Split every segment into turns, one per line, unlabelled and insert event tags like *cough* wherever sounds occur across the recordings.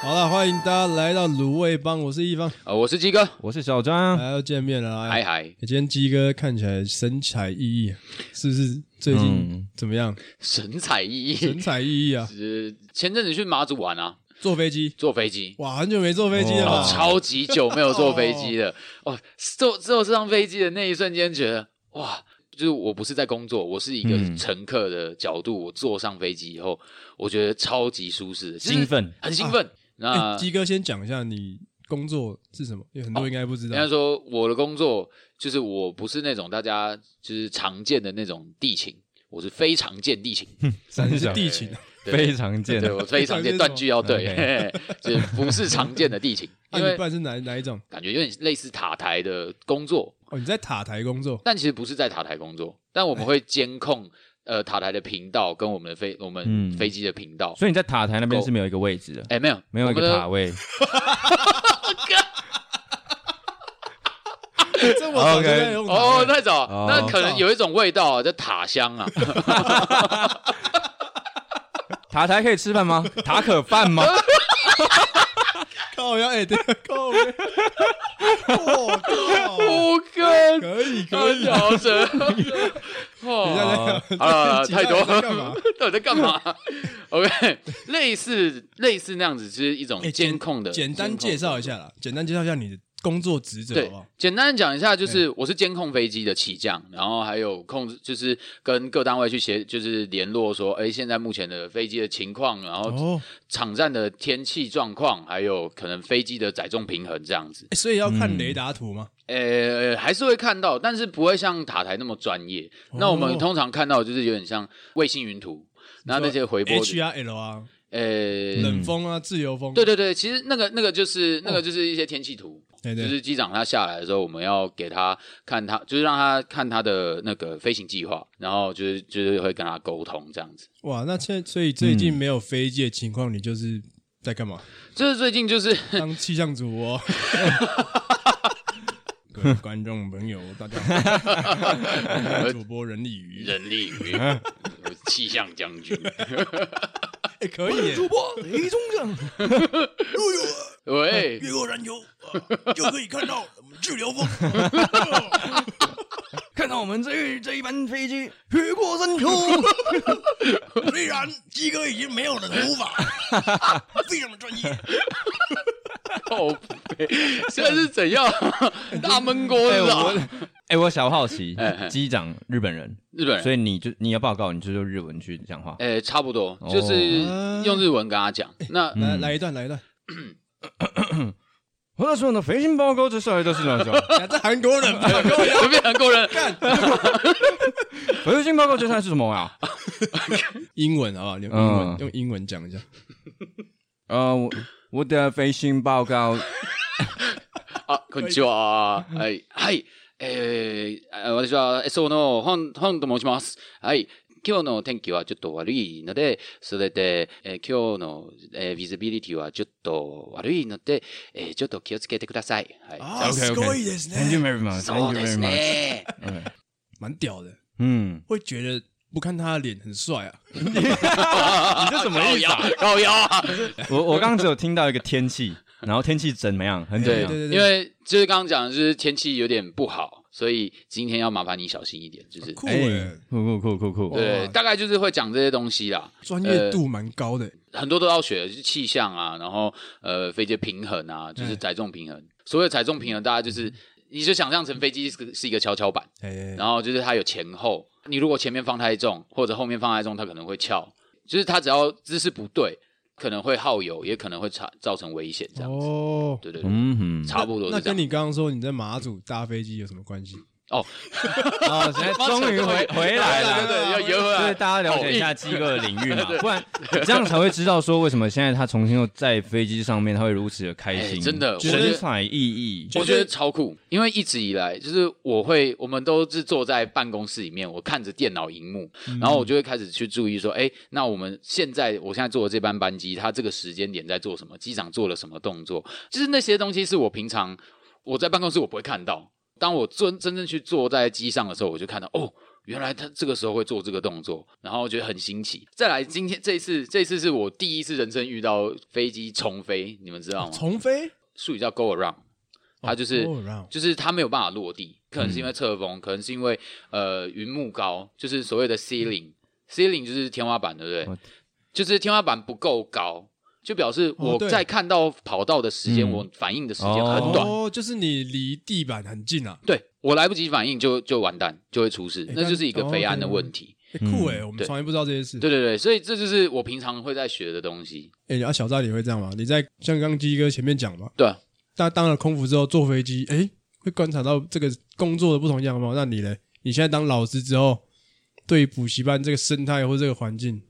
好了，欢迎大家来到卤味帮，我是一
*laughs*
方，
呃，我是鸡哥，
我是小张，
来又见面了。
嗨
哎，
嗨，
今天鸡哥看起来神采奕奕，啊是不是？最近
嗯
怎么
*laughs*
样？
神采奕
神
奕。
采奕奕啊！
是前阵子去马祖玩啊，
坐飞机，
坐飞机，
哇，很久没坐飞机了
哦
吧？，
超级久没有坐飞机了。哦，坐坐这趟飞机的那一瞬间，觉得哇，就是我不是在工作，我是一个
嗯
乘客的角度，我坐上飞机以后，我觉得超级舒适的，
兴奋，
很兴奋。那
哎鸡哥先讲一下你工作是什么，有很多人应该不知
应
道。
该说我的工作就是我不是那种大家就是常见的那种地勤，我是非常见地勤。
三是
小
地勤啊
对
非常啊见
对我非常见，断句
*laughs*
要对， *laughs* 就是不是常见的地勤，
啊，
*laughs* 因
你
为
不然是哪哪一种？
感觉有点类似塔台的工作，
哦，你在塔台工
*laughs*
作，
但其实不是在塔台工作，但我们会监控呃塔台的频道跟我们的飞我们
嗯
飞机的频道。
所以你在塔台那边是没有一个位置的，
哎，没有，
没有一
我
个
们的
塔位。
这我早就在用塔台
哦，那种
哦
那可能有一种味道啊，叫塔
*laughs*
香啊，
塔台可以吃饭 *laughs* 吗？塔可饭吗？
靠腰，哎，对，靠腰， *laughs* 我靠，
不跟
可以 *laughs* 可以，啊 *laughs*
小蛇，
等一
哦，
下再
好
*laughs*
了，
其
太
他
多
人在干嘛
了， *laughs* 到底在干嘛？OK，类似类似那样子，是一种
哎简
监控的，
简
监
单
控
介绍一下啦，简单介绍一下你的工作职责好
对
不好？，
简单讲一下，就是我是监控飞机的起降，然后还有控制，就是跟各单位去协，就是联络说，哎，现在目前的飞机的情况，然后
哦，
场站的天气状况，还有可能飞机的载重平衡这样子。
哎所以要看雷达图吗？
呃，还是会看到，但是不会像塔台那么专业。那我
哦
们通常看到的就是有点像卫星云图，那那些回波，
H R L 啊，
呃，
冷风啊，自由风，
对对对，其实那个那个就是
哦
那个就是一些天气图，
哎对
就
对，
是机长他下来的时候，我们要给他看他，就是让他看他的那个飞行计划，然后就是就是会跟他沟通这样子。
哇，那现在所以最近没有飞机的情况，你就是在干嘛？
就是最近就是 *laughs*
当气象主播、各位观众朋友，大家好，我是主播任立宇，哎、
人力与气象将军， *laughs*
哎可以耶，
播雷中
*laughs*
将，
喂，
越过燃油、啊就可以看到我们治疗风。
看到我们这这一班飞机越过山丘，
*laughs* 虽然鸡哥已经没有了头发， *laughs* 非常的专业。
靠北现在是怎
*laughs*
样大闷锅
哎
是吧？
我哎我小好奇
哎哎，
机长日本人，
日本人
所以你就你要报告，你就用日文去讲话。
诶、差不多，就是
哦
用日文跟他讲。
*laughs*
那
来
嗯
来一段，来一段。
我那时候呢，飞行报告这下来的是哪种？ *laughs*
啊、这韩国人
嗯
吧，
随便韩国人，
飞行报告这下来是什么呀？
英文好不好？你用英文，
嗯
用英文讲一下。
呃，我我的飞行报告，
あ、こんにちは。はい。はい。えー、あ私は SO の本、本と申します。はい。今日の天気はちょっと悪いので、それで、えー今日の、えー、ビズビリティはちょっと悪いので、えー、ちょっと気をつけてください。はい。
啊
OK，OK
すごいです
*laughs* Thank you
ね，
very much，
そうです
Thank you very
ね。
much。Okay
蛮屌的，
嗯，
会觉得不看他的脸很帅啊。
*laughs* 你
这什么意思啊
高腰啊！
我我刚刚只有听到一个天气，然后天气怎么样？很怎么
对
样？
对对
因为就是刚刚讲，的就是天气有点不好，所以今天要麻烦你小心一点，就是。
酷哎，
酷酷酷酷酷！
对
哇，
大概就是会讲这些东西啦。
专业度蛮高的。
很多都要学，就是气象啊，然后呃飞机的平衡啊，就是载重平衡。所谓载重平衡，大家就是你就想象成飞机是个是一个跷跷板，
呃
哎，
然后就是它有前后，你如果前面放太重，或者后面放太重，它可能会翘。就是它只要姿势不对，可能会耗油，也可能会造造成危险这样子。
哦，
对对对，
嗯哼，
差不多
那
是这
跟
样。
你刚刚说你在马祖搭飞机有什么关系？
哦，
哦，现在终于回回来
对
了。
对对，要游回
所
来
以。大家了解一下鸡哥的领域嘛，不然这样才会知道说为什么现在他重新又在飞机上面，他会如此的开
哎
心，
真的我觉得
神采奕奕。
我觉得超酷，因为一直以来就是我会，我们都是坐在办公室里面，我看着电脑荧幕，然后我就会开始去注意说，哎，那我们现在我现在坐的这班班机，它这个时间点在做什么，机长做了什么动作，就是那些东西是我平常我在办公室我不会看到，当我真真正去坐在机上的时候，我就看到哦。原来他这个时候会做这个动作，然后觉得很新奇。再来，今天这一次，这一次是我第一次人生遇到飞机重飞，你们知道吗？
重飞，
术语叫 go around，它
哦
就是、
go around
就是它没有办法落地，可能是因
嗯
为侧风，可能是因为呃云幕高，就是所谓
嗯
的 ceiling，ceiling、ceiling 就是天花板，对不对？
哦
就是天花板不够高，就表示
哦
我
对
在看到跑道的时间，
嗯
我反应的时间很短，
哦，就是你离地板很近啊，
对我来不及反应就就完蛋，就会出事，
哎
那就是一个
但
飞安的
哦
问
欸
题。
酷
嗯
哎，我们
对
从来不知道这些事。
对对对，所以这就是我平常会在学的东西。
哎、欸，啊，小赵你会这样吗？你在像刚刚鸡哥前面讲嘛，
对啊，
那当了空服之后坐飞机，哎、会观察到这个工作的不同样貌。那你呢？你现在当老师之后，对于补习班这个生态或这个环境，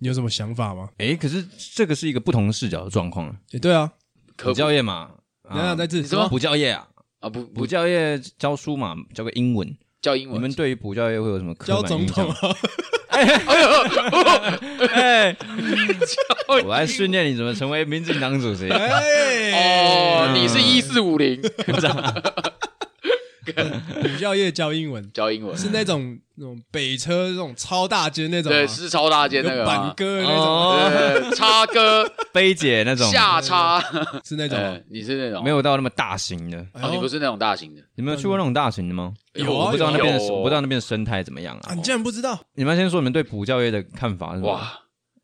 你有什么想法吗？
哎，可是这个是一个不同视角的状况。
哎、对啊，
可
补
不
教业嘛，
等一下再次
啊你说
补教业啊，
啊不不
补教业教书嘛，教个英文。
教英
你
文，
们对于补教业会有什么刻
教
板
总
印
统
象？
啊，
哎，
教英
我来训练你怎么成为民进党主席。
哎、
哦，你是一四五零
补教业教英文，
教英文，
是那种那种北车那种超大间那种吗、
对是超大间那
有
个
板
吗？
哥的那种，
哦，
对，呃叉哥
飞姐那种
下叉，
哎是那种吗、
呃，你是那种
没有到那么大型的。
哎呦
哦，你不是那种大型的，
你们有去过那种大型的吗？
有啊
我不知道那边的，
有
我不知道那边的生态怎么样
啊，
啊
你。竟然不知道？
你们先说你们对补教业的看法是什么？
哇，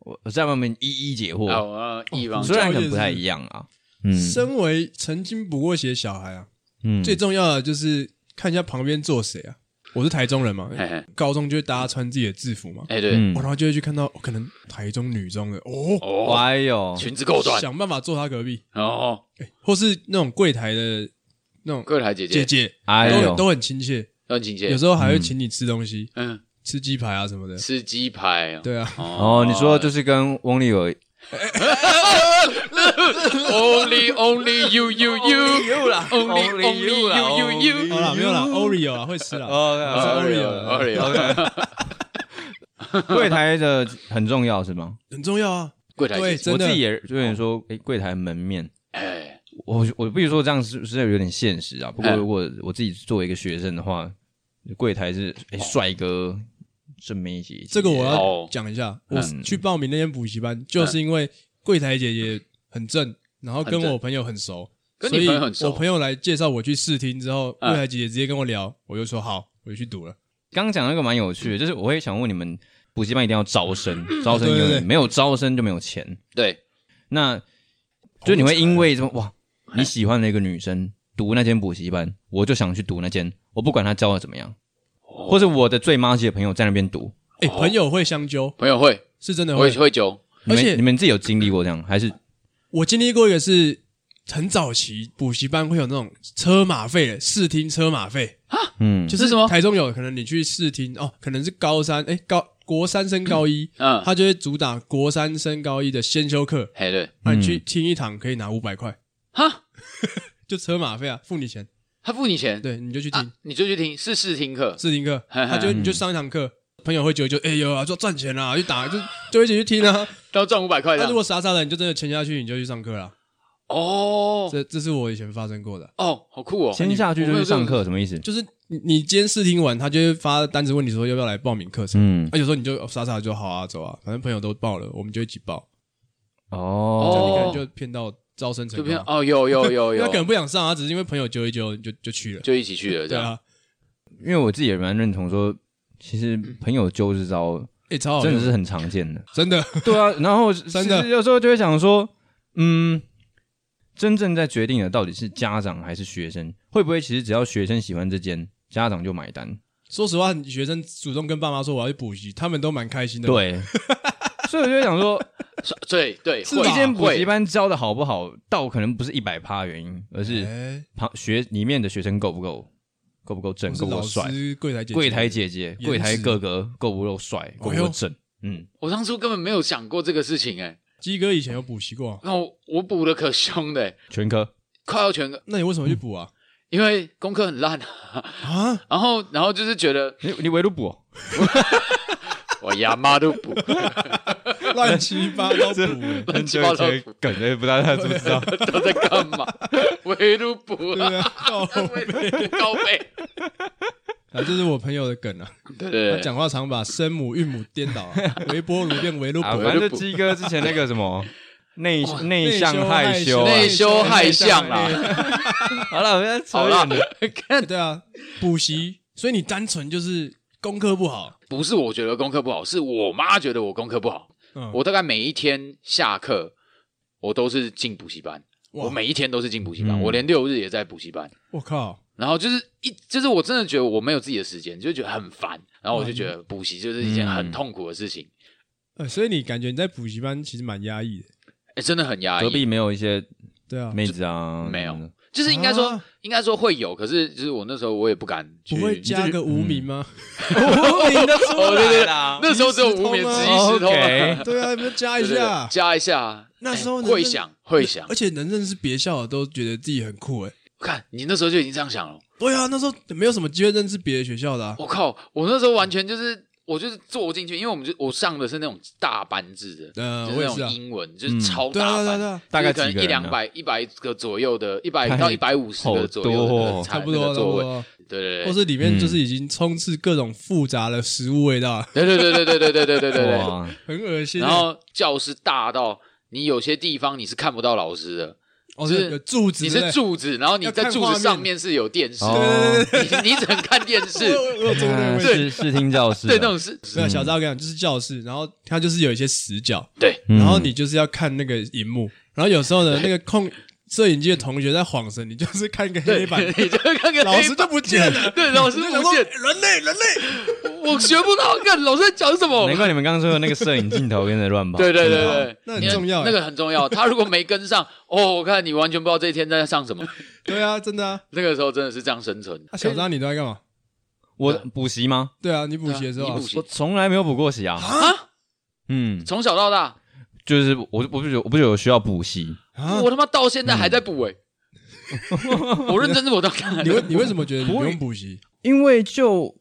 我我在外面一一解
啊，
惑，
我呃一方
虽然可能不太一样啊。嗯
身为曾经补过习的小孩啊，
嗯
最重要的就是看一下旁边坐谁啊。我是台中人嘛，
嘿嘿，
高中就会大家穿自己的制服嘛，
哎对，
嗯
我然后就会去看到、哦可能台中女中的哦，
哦，
哎呦，
裙子够短，
想办法坐他隔壁，哎
哦，
或是那种柜台的那种
柜台姐
姐
姐
姐，
哎
都很
呦，
都很亲切，
很亲切
有，时候还会请你吃东西，
嗯，
吃鸡排啊什么的。
吃鸡排哦，
对
*laughs*
啊，
哦，你说就是跟翁立友
Only Only
*laughs*
You You You
啦
Only Only You You You
好啦，没有啦，Oreo 啊，会吃啦。
哦，
Oreo Oreo
柜台的很重要是吗？
很重要啊。
柜台姐
对
姐，
真
我
的
自己也就有点说，哎，柜台门面，
哎，
我我必须说这样是是有点现实啊。不过
嗯
如果我自己作为一个学生的话，柜台是哎帅哥正妹姐姐，
这个我要
哦
讲一下，
嗯
我去报名那间补习班，就是因为柜台姐姐很正，然后跟
很正
我朋友很熟，
跟
所
你
以
朋友很熟
我朋友来介绍我去试听之后，柜
嗯哦
台姐姐直接跟我聊，我就说好，我就去读了。
刚刚讲那个蛮有趣的，就是我会想问你们，补习班一定要
*laughs*
招生，招生永
对对对
远没有招生就没有钱。
对，
那就你会因为什么哇，你喜欢的一个女生读那间补习班，我就想去读那间，我不管她教的怎么样，
哦
或者我的最妈级的朋友在那边读，
哎，朋友会相纠，
朋友会，
是真的
我
会
也。会酒，
你
而且
们你们自己有经历过这样，还是
我经历过一个是很早期补习班会有那种车马费的试听车马费，
嗯，
就是
什么
台中有可能你去试听哦，可能是高三哎高国三升高一，
嗯，
他就会主打国三升高一的先修课，
嘿对，
那你
嗯
去听一堂可以拿五百块，
哈，
就车马费啊，付你钱，
他付你钱，
对，你就去听
啊，你就去听，是试听课，
试听课，
嘿嘿
他就你就上一堂课。朋友会觉得就哎呦啊，就赚钱啦、就打就就一起去听啊。
要赚五百块
那、
的
如，果傻傻的，你就真的签下去，你就去上课啦。
哦
这这是我以前发生过的。
哦，好酷哦，
先下去就
我没
是
有这种
上，课，什么意思？
就是你你今天试听完，他就会发单子问你说要不要来报名课程。
嗯，
啊，有时候你就哦傻傻地就好啊，走啊，反正朋友都报了，我们就一起报，
哦，
你可能
哦
就骗到招生成
就
功
偏
啊。
哦，有有
*laughs*
有
他可能
有，
不想上啊，只是因为朋友揪一揪就就去了。
就一起去了这
对
样，
啊，
因为我自己也蛮认同说，其实朋友揪这招
哎，超好用，
真的是很常见的。
真的，
哦 *laughs*
*laughs*
对啊，然 *laughs* 后
真的
其实有时候就会想说，嗯，真正在决定的到底是家长还是学生？会不会其实只要学生喜欢这间，家长就买单？
说实话，学生主动跟爸妈说我要去补习，他们都蛮开心的。，
*laughs* 对，所以我就会想 *laughs* 说，
是对对，
是
会
吧
一间补习
会
班教的好不好，倒可能不是一百趴原因，而是
哎，
旁学里面的学生够不够，够不够正，
我是
够不
老
够帅，
师柜台姐姐，
柜台姐姐、
值
柜台哥哥够不够帅，够不
哎
够
呦
正？嗯，
我当初根本没有想过这个事情，哎，
鸡哥以前有补习过啊，
那我我补的可凶的，哎
全科
快要全，
那你为什么去补啊？
因为功课很烂啊。
*laughs*
*laughs*
啊，
然后，然后就是觉得
你你围路补哦，
我牙妈都补，
乱七八糟补欸，
乱七八糟
这个梗，哎不知道他知不知 *laughs* 道。
都在 *laughs* 干嘛？围都补
对
啊，
*laughs*
*laughs*
啊，靠
围都补高倍，
啊，这是我朋友的梗啊。
对对
他
对，
讲话常把声母、韵母颠倒啊，微波炉变微波
啊，
炉。
反正就鸡哥之前那个什 *laughs* 么内内向
内
害羞啊，
内羞害
向
相啦
好了，不要
好
扯
啦
远了。，
看
对啊，补习，所以你单纯就是功课不好，
不是我觉得功课不好，是我妈觉得我功课不好。
嗯，
我大概每一天下课，我都是进补习班，
哇
我每一天都是进补习班，
嗯
我连六日也在补习班。
我靠，
然后就是一，就是我真的觉得我没有自己的时间，就觉得很烦。然后我就觉得补习就是一件很痛苦的事情，
呃，所以你感觉你在补习班其实蛮压抑的，
哎、真的很压
隔
抑。
壁没有一些
对啊，
妹子啊，
没
*laughs*
有，就是应该说，
嗯啊
应该说会有，可是就是我那时候我也不敢去。
不会加个无名吗？ *laughs*
无名 *laughs* 的出
哦，对对
来
对
啦，
*laughs* 那时候只有无眠，
即
只
时
一
通
啊
石头啊。
OK
对啊，有没有加
对
一
对对
下？
加一下。
那时候
哎
能
会想会想
而，且能认识别校的都觉得自己很酷哎。
看你那时候就已经这样想了。
对啊，那时候没有什么机会认识别的学校的啊。
我靠，我那时候完全就是我就是坐进去，因为我们就我上的是那种大班制的，
呃
就是那
我也是
种
啊
英文，就是超
对啊，
大
对
班，
啊，对啊，
嗯大概
就是可能
几个
一
人啊
两百、一百个左右的，一百
太
到一百五十个左右
好
的
多哦
那个菜
差不
那
多，差
个座
不
位，
多。
对
或
对
是里面就是已经充斥各种复杂的食物味道，啊
对对对对对对对对对对对。
哇，
很恶心欸。
然后教室大到你有些地方你是看不到老师的，
哦，
就是
是有柱子，
你
对不
是
对，
柱子，然后你
要
在
看
柱
画
子
面，
上面是有电视的，
哦，
你你只能看电视
*laughs* 我我我有做过那个位置
啊对
是视听教室啊，
对那种是，
没有小赵跟你讲，就是教室，然后它就是有一些死角，
对
嗯，
然后你就是要看那个荧幕，然后有时候呢，那个控摄影机的同学在晃神，你就是看个黑
对，
板，
你就看个
老师
黑
就
板
不见了。
对老师
我就想
不
说
见，
人类，人类，
我学不到，看老师在讲什么
难。怪你们刚刚说的那个摄影镜头跟着乱跑，
哦对对对
真的好
对，
那很
你看
重要欸
那个很重要。他如果没跟上， *laughs* 哦，我看你完全不知道这一天在上什么。
对啊，真的啊。
*laughs* 那个时候真的是这样生存。
啊小张，你都在干嘛？
我补习吗？
对啊，你补习的时候
对啊
啊
你补习
我从来没有补过习啊，
啊，
嗯，
从小到大，
就是我我不觉得我不觉得有需要补习，
啊，
我他妈到现在还在补哎、 *laughs* 我认真的我当看，
你为你为什么觉得你
不
不
会
用补习？
因为就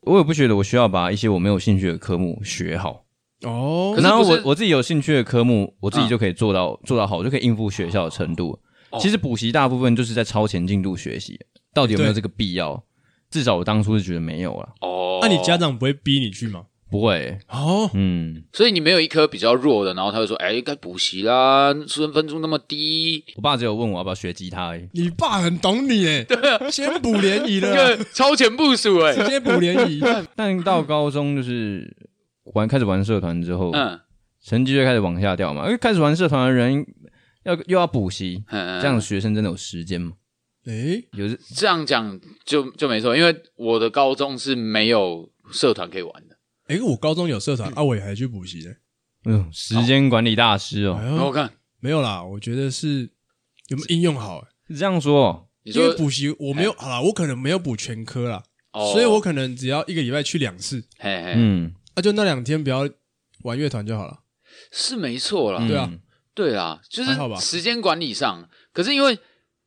我也不觉得我需要把一些我没有兴趣的科目学好。
哦
可是
然后
不
我
是嗯
我自己有兴趣的科目，我自己就可以做到、做到好，我就可以应付学校的程度。
哦
其实补习大部分就是在超前进度学习，到底有没有这个必要？至少我当初是觉得没有了，
哦，
那你家，长不会逼你去吗？
不会、
哦，
嗯，
所以你没有一科比较弱的，然后他就说，哎，该补习啦，分分数那么低，
我爸只有问我要不要学吉他而已。
你爸很懂你诶。
啊
对，先补联谊
那
了，
个 *laughs* 超前部署哎、 *laughs*
直接补联谊。
但到高中就是玩开始玩社团之后，
嗯
成绩就开始往下掉嘛。因为开始玩社团的人要又要补习，
嗯，
这样学生真的有时间吗？
诶，
有时
这样讲就就没错，因为我的高中是没有社团可以玩的。
诶，我高中有社
嗯
团，啊，我也还去补习呢。
哎呦，时间管理大师哦
哎，
然后
呦
我，看
没有啦，我觉得是有没有应用好、欸？
是这样说哦，
你
因
说哎
为补习我没有好啦，我可能没有补全科啦，
哦
所以我可能只要一个礼拜去两次，
嘿嘿、
嗯，
啊，就那两天不要玩乐团就好了。
是没错啦。
嗯
对啊，
对啦，就是
还好吧
时间管理上，可是因为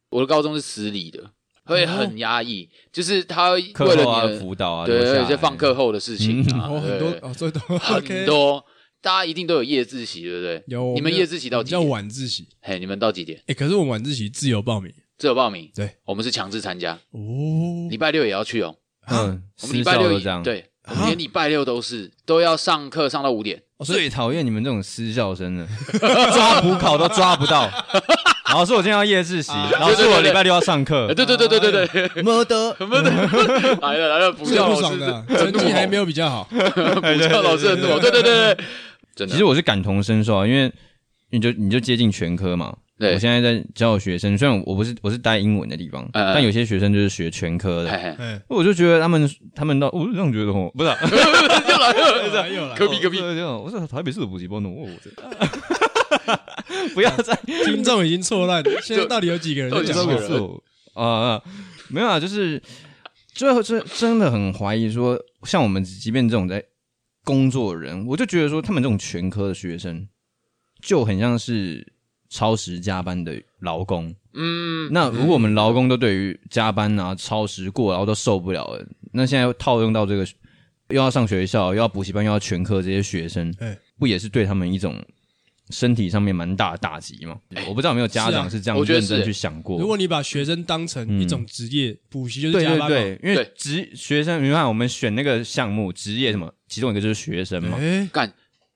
我的高中是私立的，会
哦
很压抑，就是他为
课后
了
啊
你的、
辅导啊，
对，
留下
而
来
有些放课后的事情啊，
哦，很
对啊
多哦，最多 *laughs*
很
OK
多，大家一定都有夜自习，对不对？
有
你们夜自习到几
叫
点？
晚自习，
嘿，你们到几点？
诶，可是我们晚自习自由报名
自由报名。
对，
我们是强制参加，
哦
礼拜六也要去哦。
*laughs*
嗯，
我们
私
礼拜
校
六
都
也
这样，，
对，我
啊
们连礼拜六都是都要上课上到五点。
最哦讨厌你们这种私校生
*laughs*
了，抓补考都抓不到。老师，我今天要夜自习，
啊
老师，我礼拜六要上
呃
课，
对对对对对对，
没得，
什么的来了来了，补
最
教
不
老
爽
师
的啊，
的
成
怒
绩还
吼
没，有比较好，
哦
*laughs*
补教老师的怒吼，对对对对，真的
其实。我是感同身受啊，因为你就你就接近全科嘛。
对
我现在在教学生，虽然我不是我是待英文的地方，
嗯嗯
但有些学生就是学全
嘿
科的，
嘿
哎，
我就觉得他们他们到我就这样觉得哦，不是啊，
又来了，
又来又
*laughs*
来
隔壁隔壁
哦对对对我是台北市的补习班的，哦我这 *laughs* 不要再
听众已经错乱，现在到底有几个人
到
在
底
你
讲
知
有
道
话
几
我
个人
是我啊啊，没有啊，就是最后真真的很怀疑说，像我们即便这种在工作的人，我就觉得说，他们这种全科的学生就很像是超时加班的劳工。
嗯，
那如果我们劳工都对于加班啊、超时过，然后都受不了了，那现在套用到这个又要上学校、又要补习班、又要全科这些学生
哎，
不也是对他们一种身体上面蛮大的打击嘛。我不知道有没有家长是这样
我觉得
认真
是
去想过。
如果你把学生当成一种职业，补习就是
嗯对
加
对
班嘛。
对，因为
对
职学生，你看我们选那个项目职业什么，其中一个就是学生嘛，
哎，
干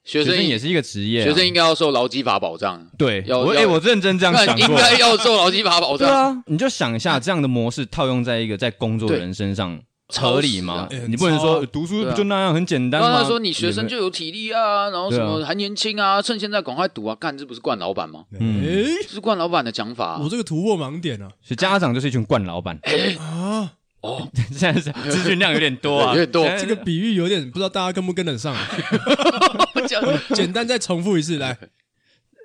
学
学
生
生也
是、
是一个职业啊、
学生应该要受劳基法保障，
对，
要
我哎、
要
我认真这样想
干应
过，啊
该要受劳基法保
对
障。
啊，你就想一下这样的模式套用在一个在工作的人身上。合理吗
超
时啊？
你不能
哎很超
说
啊
读书
对啊
不就那样，很简单
然后
吗？
他说：“你学生就有体力啊，然后什
对
么还年轻啊，趁现在赶快读啊！干，这不是惯老板吗？
嗯
哎，
这是惯老板的讲法啊、
我这个突破盲点啊！
是家长就是一群惯老板，
哎
啊，
哦，
*laughs*
*laughs*
现在是资讯量有点多啊，
有点多
现在
这个比喻有点不知道大家跟不跟得上
*laughs*
啊。
这样
简单再重复一次来，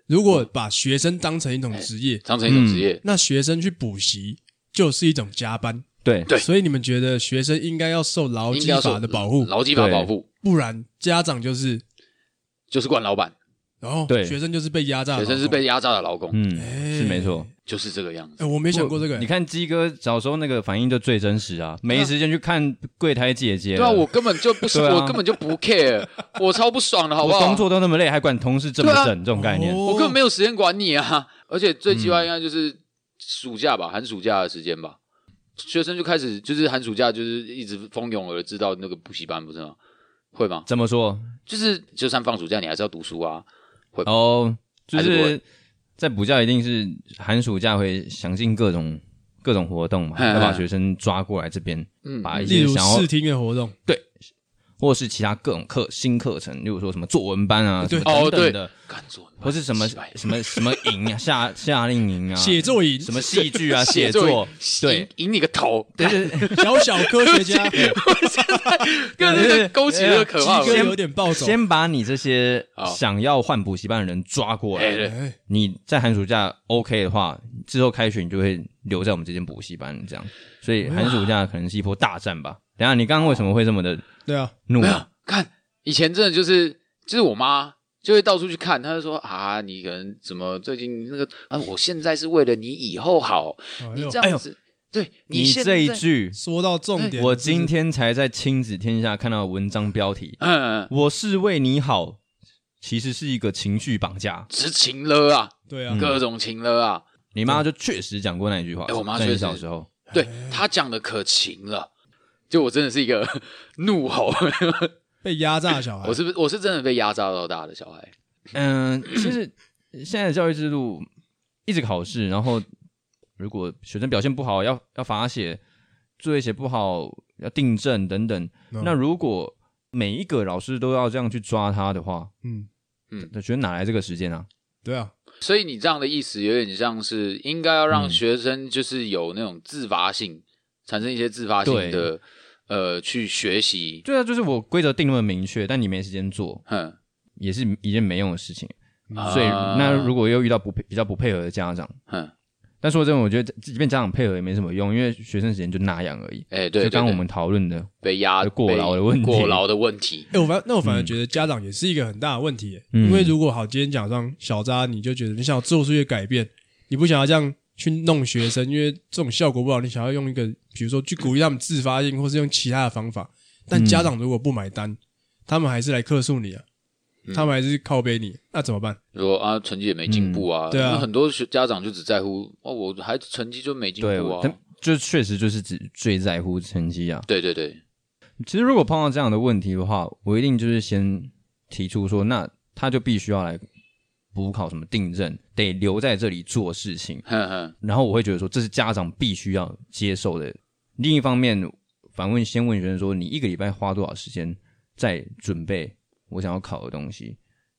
如果把学生当成一种职业，
当成一种职业，
那学生去补习就是一种加班。
对
对
所以你们觉得学生应该要受劳
应
基
该要受
法的保护，
劳基法
嗯对
保护
不然家长就是，
就是惯老板，
然后
对
学生就是被压榨的
学
劳工，
生是被压榨的劳工，
嗯，
哎
是没错。
就是这个样子。
哎，我没想过这个。
你看鸡哥小时候那个反应就最真实啊，没时间去看柜台姐姐了。
对啊，我根本就不是，
对啊
我根本就不
*laughs*
care，我超不爽的好不啊哦
我
好？
工作都那么累，还管同事正不正这种概
哦
念，
我根本没
有。
有时间管你啊！而且最
嗯
奇怪应该就是暑假吧，寒暑假的时间吧，学生就开始就是寒暑假就是一直蜂拥而至到那个补习班，不是吗？会吗？
怎么说？
就是就算放暑假，你还是要读书啊。
哦，就
还是不
是
会
在补教一定是寒暑假会想尽各种各种活动嘛，
嗯
要把学生抓过来这边，
嗯，
把一
例
些
如
想要
试听的活动，
或是其他各种课新课程，例如说什么作文班啊，
对
什么
哦
等等的，
干作
或是什么
失败
什么什么
*laughs*
营啊，夏夏令营啊，
写作营，
什么戏剧啊，写
作
作，对
赢赢你个头！
对对对，
小小科学家，
个
对对对
人勾起这个渴望
鸡哥
先
有点暴走。
先把你这些
好
想要换补习班的人抓过
哎
来。
对
哎，
你在寒暑假 OK 的话，之后开学你就会留在我们这间补习班，这样。所以寒暑假可能是一波大战吧。等一下，你刚刚为什么会这么的
对啊，
怒
没有
啊？
看以前真的就是就是我妈就会到处去看，她就说啊，你可能怎么最近那个啊，我现在是为了你以后好，
哎
你
呦
这样子，对
你
现
这一
在
句，
说到重点，
我
就是
今天才在亲子天下看到的文章标题，
嗯，
我是为你好，其实是一个情绪绑架。
执情了啊，
对啊，
各种情了啊，
你妈就确实讲过那一句话，
哎我妈
在你
确实
小时候，
对她讲的可情了。就我真的是一个 *laughs* 怒吼，
被压榨的小孩
我，是不是我是真的被压榨到大的小孩？
嗯，其实现在的教育制度一直考试，然后如果学生表现不好，要要罚写，作业写不好要订正等等。
嗯
那如果每一个老师都要这样去抓他的话，
嗯，
那学生哪来这个时间啊？
对啊，
所以你这样的意思有点像是应该要让
嗯
学生就是有那种自发性，产生一些自发性
对
的呃去学习，
对啊，就是我规则定那么明确，但你没时间做，
哼，
也是一件没用的事情。
啊
所以，那如果又遇到不配比较不配合的家长，
哼，
但说真的，我觉得即便家长配合也没什么用，因为学生时间就那样而已。
哎、对，
就刚刚
对
我们讨论的，
对被压
就过劳的问题
被过劳的问题，
哎，我反那我反而觉得家长也是一个很大的问题耶，
嗯
因为如果好，今天讲上小渣，你就觉得你想要做出一个改变，你不想要这样去弄学生，因为这种效果不好，你想要用一个比如说去鼓励他们自发性，或是用其他的方法，但家长如果不买单，他们还是来客诉你啊，他们还是靠背你，那怎么办？
如果啊成绩也没进步
嗯
啊，
对啊
因为很多学家长就只在乎哦，我孩子成绩就没进
对，
步
我
啊，
但就确实就是只最在乎成绩啊。
对对对，
其实如果碰到这样的问题的话，我一定就是先提出说，那他就必须要来补考什么定正，得留在这里做事情。
哼哼，
然后我会觉得说，这是家长必须要接受的。另一方面，反问先问学生说，你一个礼拜花多少时间在准备我想要考的东西？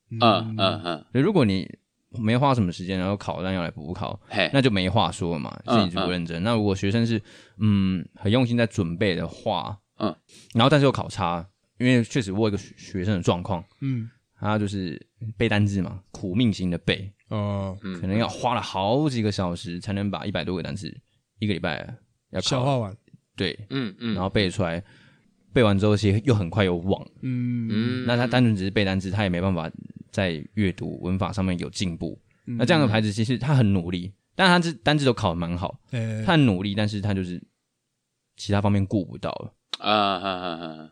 嗯嗯嗯，
所以如果你没花什么时间，然后考但要来补考，
嘿，
那就没话说了嘛，
嗯
自己就不认真。那如果学生是嗯很用心在准备的话，
嗯，
然后但是又考差，因为确实我有一个学学生的状况，
嗯，
他就是背单字嘛，苦命型的背，
哦，
嗯
可能要花了好几个小时才能把一百多个单词一个礼拜要
消
考
化完，
对，
嗯嗯，
然后背出来，背完之后其实又很快又忘，
嗯，
嗯，
那他单纯只是背单词，他也没办法在阅读文法上面有进步。
嗯
那这样的孩子其实他很努力，但他这单字都考得蛮好，
哎，
他很努力，但是他就是其他方面顾不到了。
啊哈哈哈，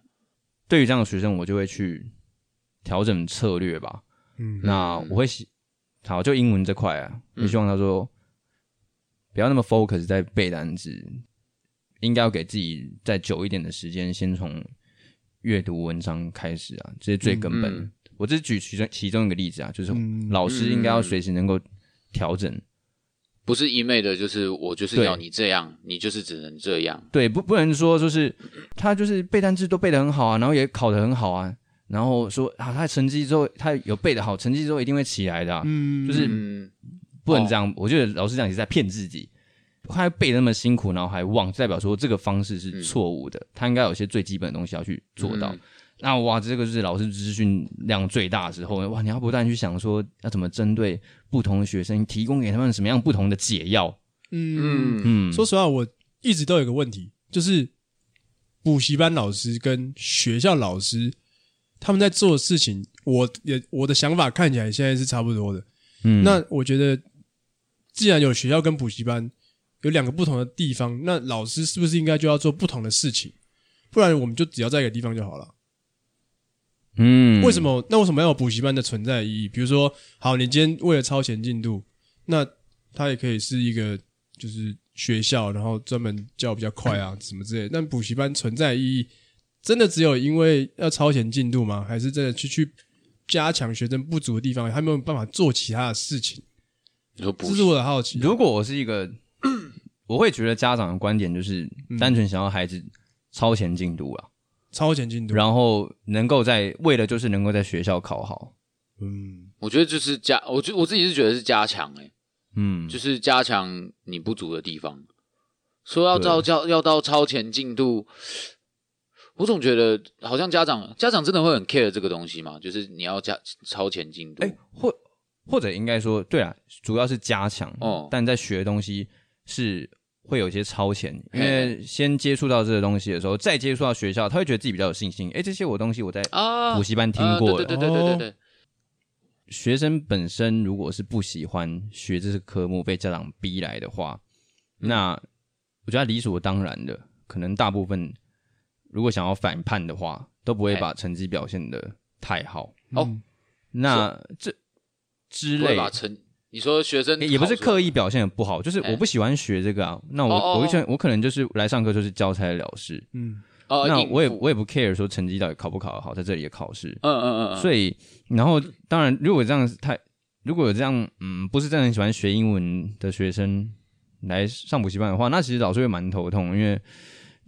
对于这样的学生，我就会去调整策略吧。
嗯
那我会希好，就英文这块啊，
嗯
我希望他说不要那么 focus 在背单词，应该要给自己再久一点的时间，先从阅读文章开始啊，这是最根本的。
嗯
我只是举其中其中一个例子啊，就是
嗯
老师应该要随时能够调整，
不是一昧的，就是我就是
对
要你这样，你就是只能这样。
对，不不能说就是他就是背单词都背得很好啊，然后也考得很好啊，然后说啊他成绩之后他有背得好，成绩之后一定会起来的、啊，
嗯，哦
就是
嗯，
不能这样。我觉得老师讲也是在骗自己，他背得那么辛苦，然后还忘，代表说这个方式
嗯
是错误的。他应该有些最基本的东西要去做到。
嗯
那哇，这个就是老师资讯量最大的时候，哇，你要不断去想说要怎么针对不同的学生，提供给他们什么样不同的解药。
嗯，
嗯
嗯，
说实话，我一直都有个问题，就是补习班老师跟学校老师他们在做的事情，我也我的想法看起来现在是差不多的。
嗯
那我觉得，既然有学校跟补习班有两个不同的地方，那老师是不是应该就要做不同的事情？不然我们就只要在一个地方就好了。
嗯
为什？么？那为什么要有补习班的存在意义？比如说，好，你今天为了超前进度，那它也可以是一个就是学校，然后专门教比较快啊，什么之类的。但补习班存在意义，真的只有因为要超前进度吗？还是真的去去加强学生不足的地方？他没有办法做其他的事情，
你说
这
不
是
是
我的好奇。
如果我是一个，我会觉得家长的观点就是单纯想要孩子超前进度啊，
超前进度，
然后能够在为了就是能够在学校考好。
嗯，
我觉得就是加，我觉我自己是觉得是加强、欸，
嗯，
就是加强你不足的地方。说要到教要到超前进度，我总觉得好像家长家长真的会很 care 这个东西嘛，就是你要加超前进度。
哎、或或者应该说，对啊，主要是加强，
哦
但在学的东西是会有一些超前，
嘿
因为先接触到这个东西的时候，再接触到学校，他会觉得自己比较有信心。哎、这些我东西我在
啊，
补习班听
啊
过了。哦
对对对对对对对，
学生本身如果是不喜欢学这些科目，被家长逼来的话，
嗯
那我觉得理所当然的，可能大部分如果想要反叛的话，都不会
哎
把成绩表现的太好。嗯
哦，
那这之
不会
类
把成你说学生
也也不是
考出来
刻意表现的不好，就是
哎
我不喜欢学这个啊。那我
哦哦哦
我一圈我可能就是来上课就是交差了事，
嗯，
哦，
那
应付
我也我也不 care 说成绩到底考不考得好，在这里的考试。
嗯嗯嗯嗯，
所以，然后当然，如果这样太，如果有这样，嗯，不是真的很喜欢学英文的学生来上补习班的话，那其实老师会蛮头痛，因为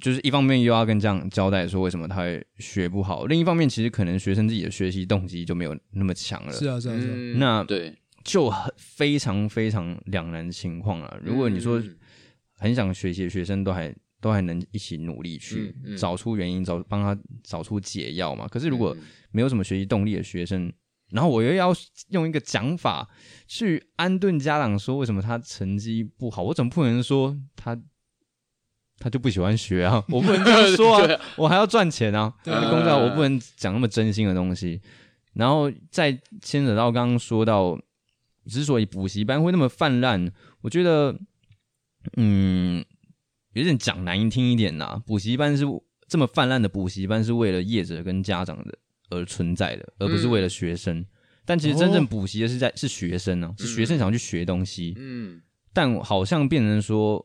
就是一方面又要跟家长交代说为什么他会学不好，另一方面其实可能学生自己的学习动机就没有那么强了。
是啊，是啊，是啊，
嗯
那
对，
就很非常非常两难情况了。如果你说
嗯
很想学习的学生，都还都还能一起努力去
嗯嗯
找出原因，找帮他找出解药嘛。可是如果
嗯
没有什么学习动力的学生，然后我又要用一个讲法去安顿家长说为什么他成绩不好，我总不能说他他就不喜欢学啊，我不能这样说
对
啊，我还要赚钱啊，
对
打工仔
嗯
我不能讲那么真心的东西。然后再牵扯到刚刚说到，之所以补习班会那么泛滥，我觉得，嗯，有点讲难听一点呐、补习班是这么泛滥的补习班是为了业者跟家长的而存在的，而不是为了学生。但其实真正补习的是在、是学生啊呢、是学生想要去学东西，
嗯
但好像变成说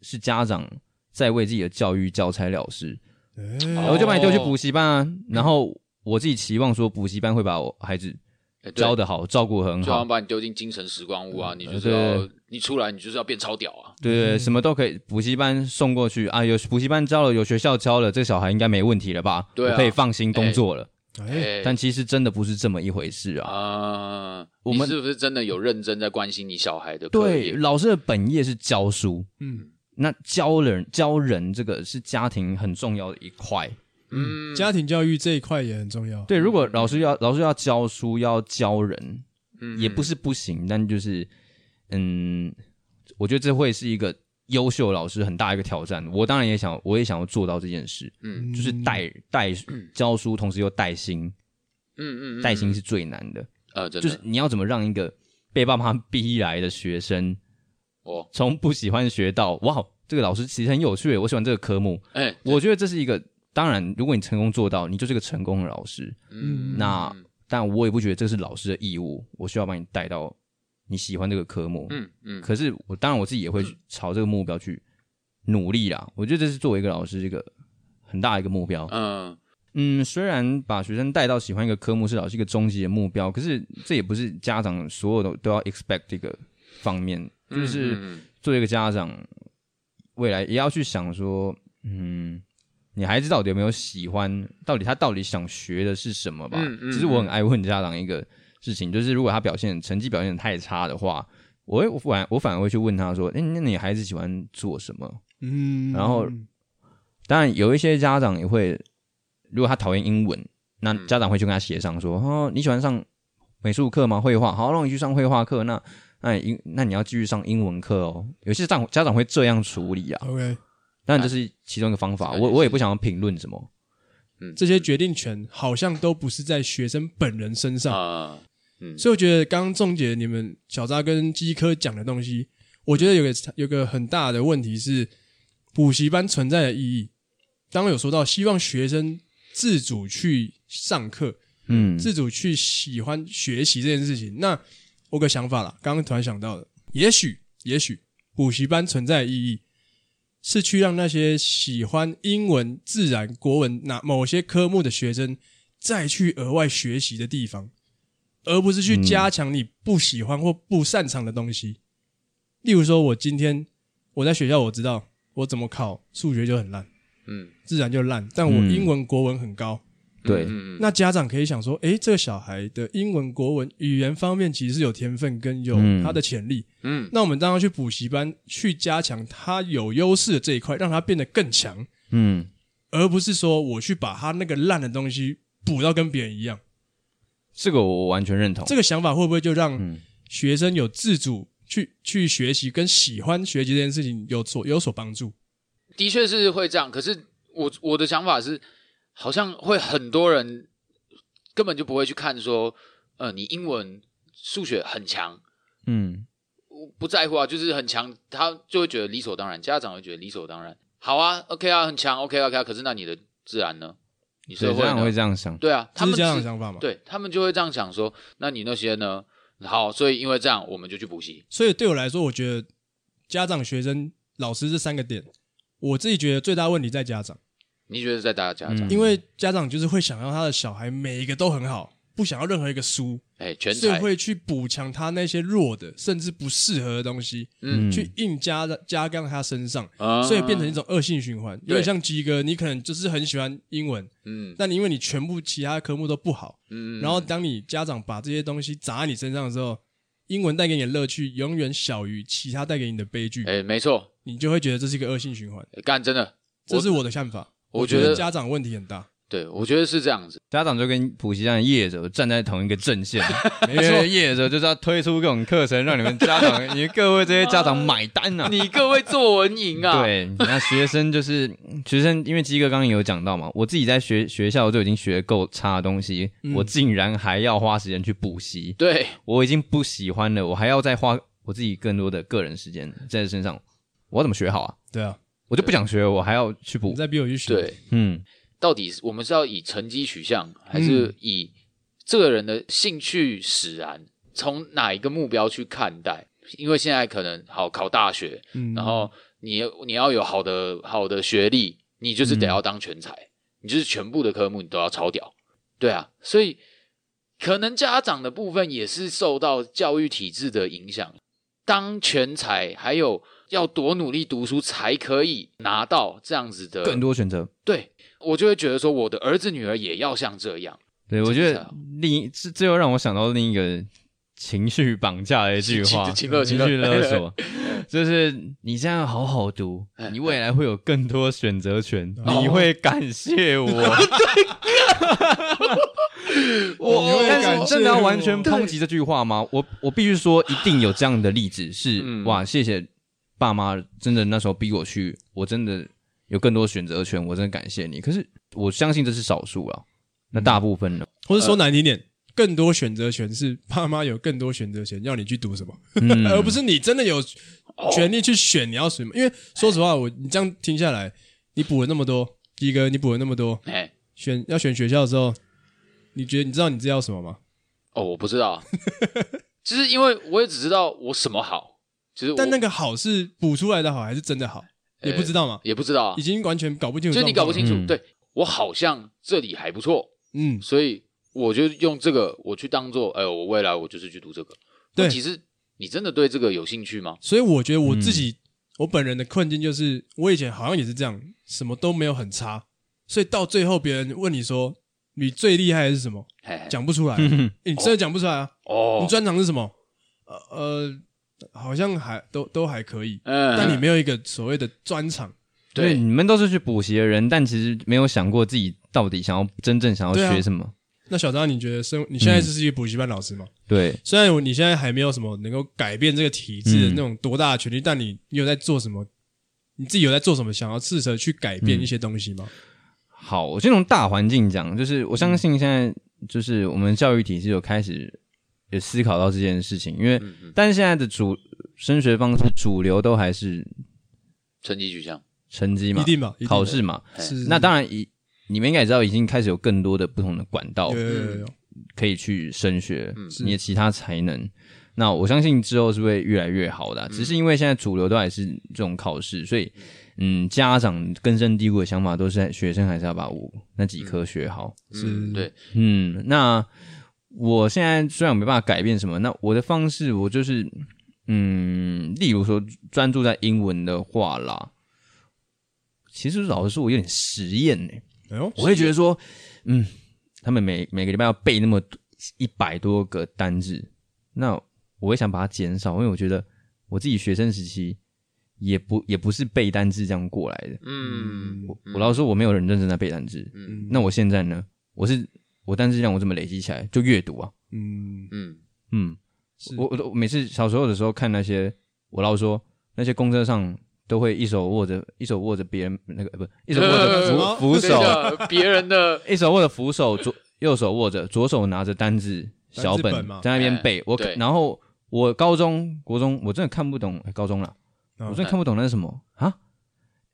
是家长在为自己的教育交差了事，
哎
哦
我就把你丢去补习班啊，然后我自己期望说补习班会把我孩子
哎对
教的好，照顾得很
就好
好嗯
像，把你丢进精神时光屋啊，你就是
对
要你出来，你就是要变超屌啊！
对对，对什么都可以，补习班送过去啊，有补习班教了，有学校教了，这个小孩应该没问题了吧？
对啊
我可以放心工作了。
哎，
哎
但其实真的不是这么一回事啊。
啊，
我
你
们
是不是真的有认真在关心你小孩的课
对，
业？
老师的本业是教书，
嗯，
那教人教人这个是家庭很重要的一块。
嗯，
家庭教育这一块也很重要。
对，如果老师要老师要教书要教人，
嗯
也不是不行，但就是嗯，我觉得这会是一个优秀老师很大一个挑战。我当然也想，我也想要做到这件事，
嗯
就是
嗯
带带教书，同时又带薪。
嗯嗯嗯
带薪是最难的，
呃，真
就
的
是你要怎么让一个被爸妈逼来的学生，
我
从不喜欢学到哇，这个老师其实很有趣，我喜欢这个科目。
哎，
我觉得这是一个，当然，如果你成功做到，你就是个成功的老师。
嗯
那但我也不觉得这是老师的义务，我需要把你带到你喜欢这个科目，
嗯嗯，
可是我当然我自己也会去朝这个目标去努力啦。我觉得这是作为一个老师一个很大一个目标。
嗯
嗯，虽然把学生带到喜欢一个科目是老师一个终极的目标，可是这也不是家长所有的都要 expect 这个方面，就是。
嗯嗯
作为一个家长，未来也要去想说，嗯，你孩子到底有没有喜欢？到底他到底想学的是什么吧？
嗯嗯
其实我很爱问家长一个事情，就是如果他表现成绩表现得太差的话，我会我反我反而会去问他说，哎、那你孩子喜欢做什么？
嗯，
然后当然有一些家长也会，如果他讨厌英文，那
嗯
家长会去跟他协商说，哦，你喜欢上美术课吗？绘画，好，让你去上绘画课。那那英那你要继续上英文课哦。有些家长家长会这样处理啊，
OK，
当然这是其中一个方法。
哎
我
也是
我也不想要评论什么，
嗯
这些决定权好像都不是在学生本人身
嗯
上，
啊，嗯，
所以我觉得刚刚仲姐你们小扎跟基科讲的东西，我觉得有个有个很大的问题是补习班存在的意义。刚刚有说到，希望学生自主去上课，
嗯，
自主去喜欢学习这件事情。那我有个想法啦，刚刚突然想到的，也许也许补习班存在的意义是去让那些喜欢英文、自然、国文哪某些科目的学生再去额外学习的地方，而不是去加强你不喜欢或不擅长的东西。例如说，我今天我在学校我知道我怎么考数学就很烂，
嗯
自然就烂，但我
嗯
英文、国文很高。
对，
嗯嗯
那家长可以想说，诶，这个小孩的英文、国文、语言方面其实是有天分跟有
嗯
他的潜力，
嗯
那我们当然去补习班去加强他有优势的这一块，让他变得更强，
嗯
而不是说我去把他那个烂的东西补到跟别人一样。
这个我完全认同。
这个想法会不会就让
嗯
学生有自主去去学习跟喜欢学习这件事情有所有所帮助？
的确是会这样。可是我我的想法是，好像会很多人根本就不会去看说，呃，你英文、数学很强，
嗯
我不在乎啊，就是很强，他就会觉得理所当然，家长会觉得理所当然。好啊，OK 啊，很强，OK 啊 OK 啊。可是那你的自然呢？你社
对，
会
家长会
呢？
这样想，
对啊，他
这
们
是家长的
是
想法嘛？
对他们就会这样想说，那你那些呢？好，所以因为这样，我们就去补习。
所以对我来说，我觉得家长、学生、老师这三个点，我自己觉得最大问题在家长。
你觉得在大家长
嗯
因为家长就是会想要他的小孩每一个都很好，不想要任何一个输，
哎，全
所以
才，
会去补强他那些弱的，甚至不适合的东西，
嗯
去硬加加杠他身上，
啊
嗯所以变成一种恶性循环。有
对
点像鸡哥，你可能就是很喜欢英文，
嗯
但你因为你全部其他科目都不好，
嗯，
然后当你家长把这些东西砸在你身上的时候，英文带给你的乐趣永远小于其他带给你的悲剧，
哎，没错，
你就会觉得这是一个恶性循环。
干真的，
这是我的看法，
我
我
觉得
家长问题很大，
对，我觉得是这样子。
家长就跟补习班的业者站在同一个
*laughs*
阵线，
没
因
错。
为业者就是要推出各种课程，让你们家
*laughs*
长、你各位这些家长买单啊。
你各位作文营啊，，
对，那学生就是学生，因为鸡哥刚刚有讲到嘛，我自己在学学校就已经学够差的东西，
嗯
我竟然还要花时间去补习，
对，
我已经不喜欢了，我还要再花我自己更多的个人时间在这身上，我要怎么学好啊？
对啊，
我就不想学，我还要去
你
补。
再逼我去学。
对，
嗯
到底我们是要以成绩取向，还是以这个人的兴趣使然？从哪一个目标去看待？因为现在可能好考大学，
嗯
然后你你要有好的好的学历，你就是得要当全才，你就是全部的科目你都要超屌，对啊，所以可能家长的部分也是受到教育体制的影响，当全才还有要多努力读书才可以拿到这样子的
更多选择。
对我就会觉得说，我的儿子女儿也要像这样。
对，我觉
这个
得另一这这又让我想到另一个情绪绑架的一句话，
情情勒
情
情
绪勒
勒
索，就是你这样好好读，你
嗯
未来会有更多选择权，
哦
你会感
*laughs*
谢我。 *laughs* 我
你会
但
感
是
谢
真的要完
我
全抨击这句话吗？我我必须说，一定有这样的例子是
嗯
哇，谢谢爸妈，真的那时候逼我去，我真的有更多选择权，我真的感谢你。可是我相信这是少数啊，那
嗯
大部分呢？ *laughs*
或
呃
者说难听点，更多选择权是爸妈有更多选择权，要你去读什么， *laughs*
嗯
而不是你真的有
哦
权利去选你要什么。因为说实话，我你这样听下来，你补了那么多，第一个你补了那么多，
哎、
选要选学校的时候，你觉得你知道你自己要什么吗？ *laughs*
哦，我不知道，就是因为我也只知道我什么好，就是我
但那个好是补出来的好还是真的好，也不知道嘛，
也不知道啊
已，经完全搞不清楚。
就是你搞不清楚，
嗯
对我好像这里还不错，
嗯，
所以我就用这个我去当做，哎，我未来我就是去读这个。
对
但其实你真的对这个有兴趣吗？
所以我觉得我自己、我本人的困境就是，我以前好像也是这样，什么都没有很差，所以到最后别人问你说你最厉害的是什么，
嘿嘿
讲不出来、啊你真的讲不出来啊！
呃哦
你，专长是什么？呃呃，好像还都都还可以，
嗯
但你没有一个所谓的专长。
对，
对
你们都是去补习的人，但其实没有想过自己到底想要真正想要
对啊
学什么。
那小张，你觉得生你现在是一个补习班老师
嗯
吗？
对，
虽然我你现在还没有什么能够改变这个体
嗯
制的那种多大的权利，但你你有在做什么？你自己有在做什么？想要试着去改
嗯
变一些东西吗？
好，我先从大环境讲，就是我相信现在就是我们教育体系有开始也思考到这件事情，因为
嗯嗯，
但是现在的主升学方式主流都还是
成绩取向，
成绩嘛
一，定吧，一定
考试嘛。
哎
是
那当然以你们应该也知道，已经开始有更多的不同的管道
有有有有有，
可以去升学
嗯，
是
你的其他才能。那我相信之后是会越来越好的
嗯
啊、只是因为现在主流都还是这种考试，所以嗯，家长根深蒂固的想法都是在学生还是要把我那几科学好。
是
嗯，对，
嗯，那我现在虽然没办法改变什么，那我的方式我就是嗯，例如说专注在英文的话啦，其实老实说，我有点实验呢、
哎呦，
我会觉得说，嗯，他们每每个礼拜要背那么一百多个单字，那我会想把它减少，因为我觉得我自己学生时期也不也不是背单字这样过来的。
嗯，
我我老实说，我没有很认真在背单字。
嗯
那我现在呢，我是我单字量我怎么累积起来？就阅读啊，
嗯，
嗯，
嗯，
是
我我都我每次小时候的时候看那些，我老实说那些公车上。都会一手握着一手握着别人那个呃不一手握着扶扶
这
手，
个别人的，
一手握着扶手，左右手握着，左手拿着单字
单字
小
本嘛
在那边背。我
对
然后我高中国中我真的看不懂，哎高中啦，
嗯
我真的看不懂那是什么啊？